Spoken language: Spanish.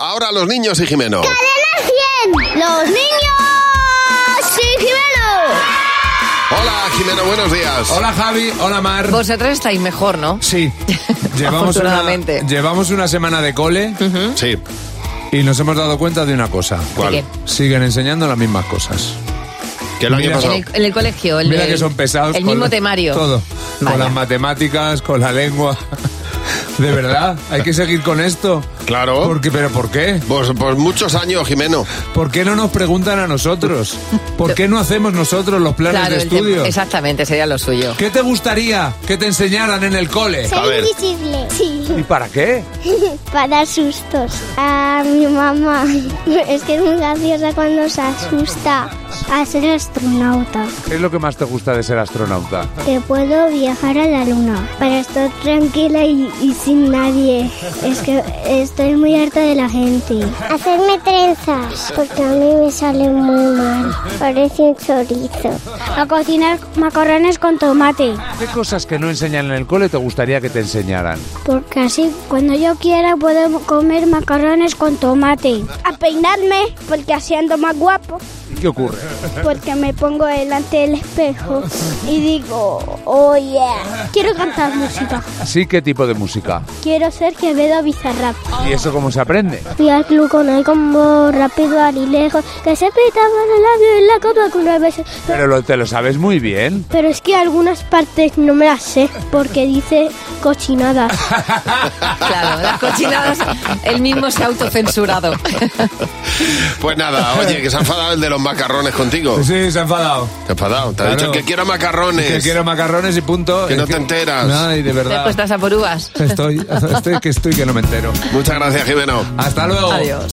ahora los niños y Jimeno. Los niños sí, Jimeno. Hola Jimeno, buenos días. Hola Javi, hola Mar. Vosotros estáis mejor, ¿no? Sí, llevamos, una, Afortunadamente. llevamos una semana de cole Sí, y nos hemos dado cuenta de una cosa. ¿cuál? ¿De Siguen enseñando las mismas cosas. ¿Qué el año Mira. En pasado? el, en el colegio. El, Mira que el- son pesados. El con mismo la- temario. Todo. Vaya. Con las matemáticas, con la lengua. De verdad, hay que seguir con esto. Claro. ¿Por qué? ¿Pero por qué? Pues, pues muchos años, Jimeno. ¿Por qué no nos preguntan a nosotros? ¿Por qué no hacemos nosotros los planes Claro, de el tem- estudio? exactamente, sería lo suyo. ¿Qué te gustaría que te enseñaran en el cole? A ver. invisible. Sí. ¿Y para qué? Para dar sustos. A mi mamá. Es que es muy graciosa cuando se asusta. A ser astronauta. ¿Qué es lo que más te gusta de ser astronauta? Que puedo viajar a la luna. Para estar tranquila y, y sin nadie. Es que estoy muy harta de la gente. Hacerme trenzas. Porque a mí me sale muy mal. Parece un chorizo. A cocinar macarrones con tomate. ¿Qué cosas que no enseñan en el cole te gustaría que te enseñaran? Porque así, cuando yo quiera, puedo comer macarrones con tomate. A peinarme, porque así ando más guapo. ¿Y qué ocurre? Porque me pongo delante del espejo y digo, oh yeah. Quiero cantar música. ¿Sí? ¿Qué tipo de música? Quiero ser Quevedo Bizarrap. ¿Y eso cómo se aprende? Fui al club con el combo rápido al lejos, que se pitaban el labio y la copa con una vez. Pero lo- te lo sabes muy bien. Pero es que algunas partes no me las sé, porque dice cochinadas. Claro, las cochinadas, él mismo se ha autocensurado. Pues nada, oye, que se ha enfadado el de los macarrones contigo. Sí, se ha enfadado. Se ha enfadado. Te ha Claro. dicho que quiero macarrones. Que quiero macarrones y punto. Que Y no te ah, enteras. No, y de verdad. Después estás a por uvas. Estoy, estoy que estoy que no me entero. Muchas gracias, Jimeno. Hasta luego. Adiós.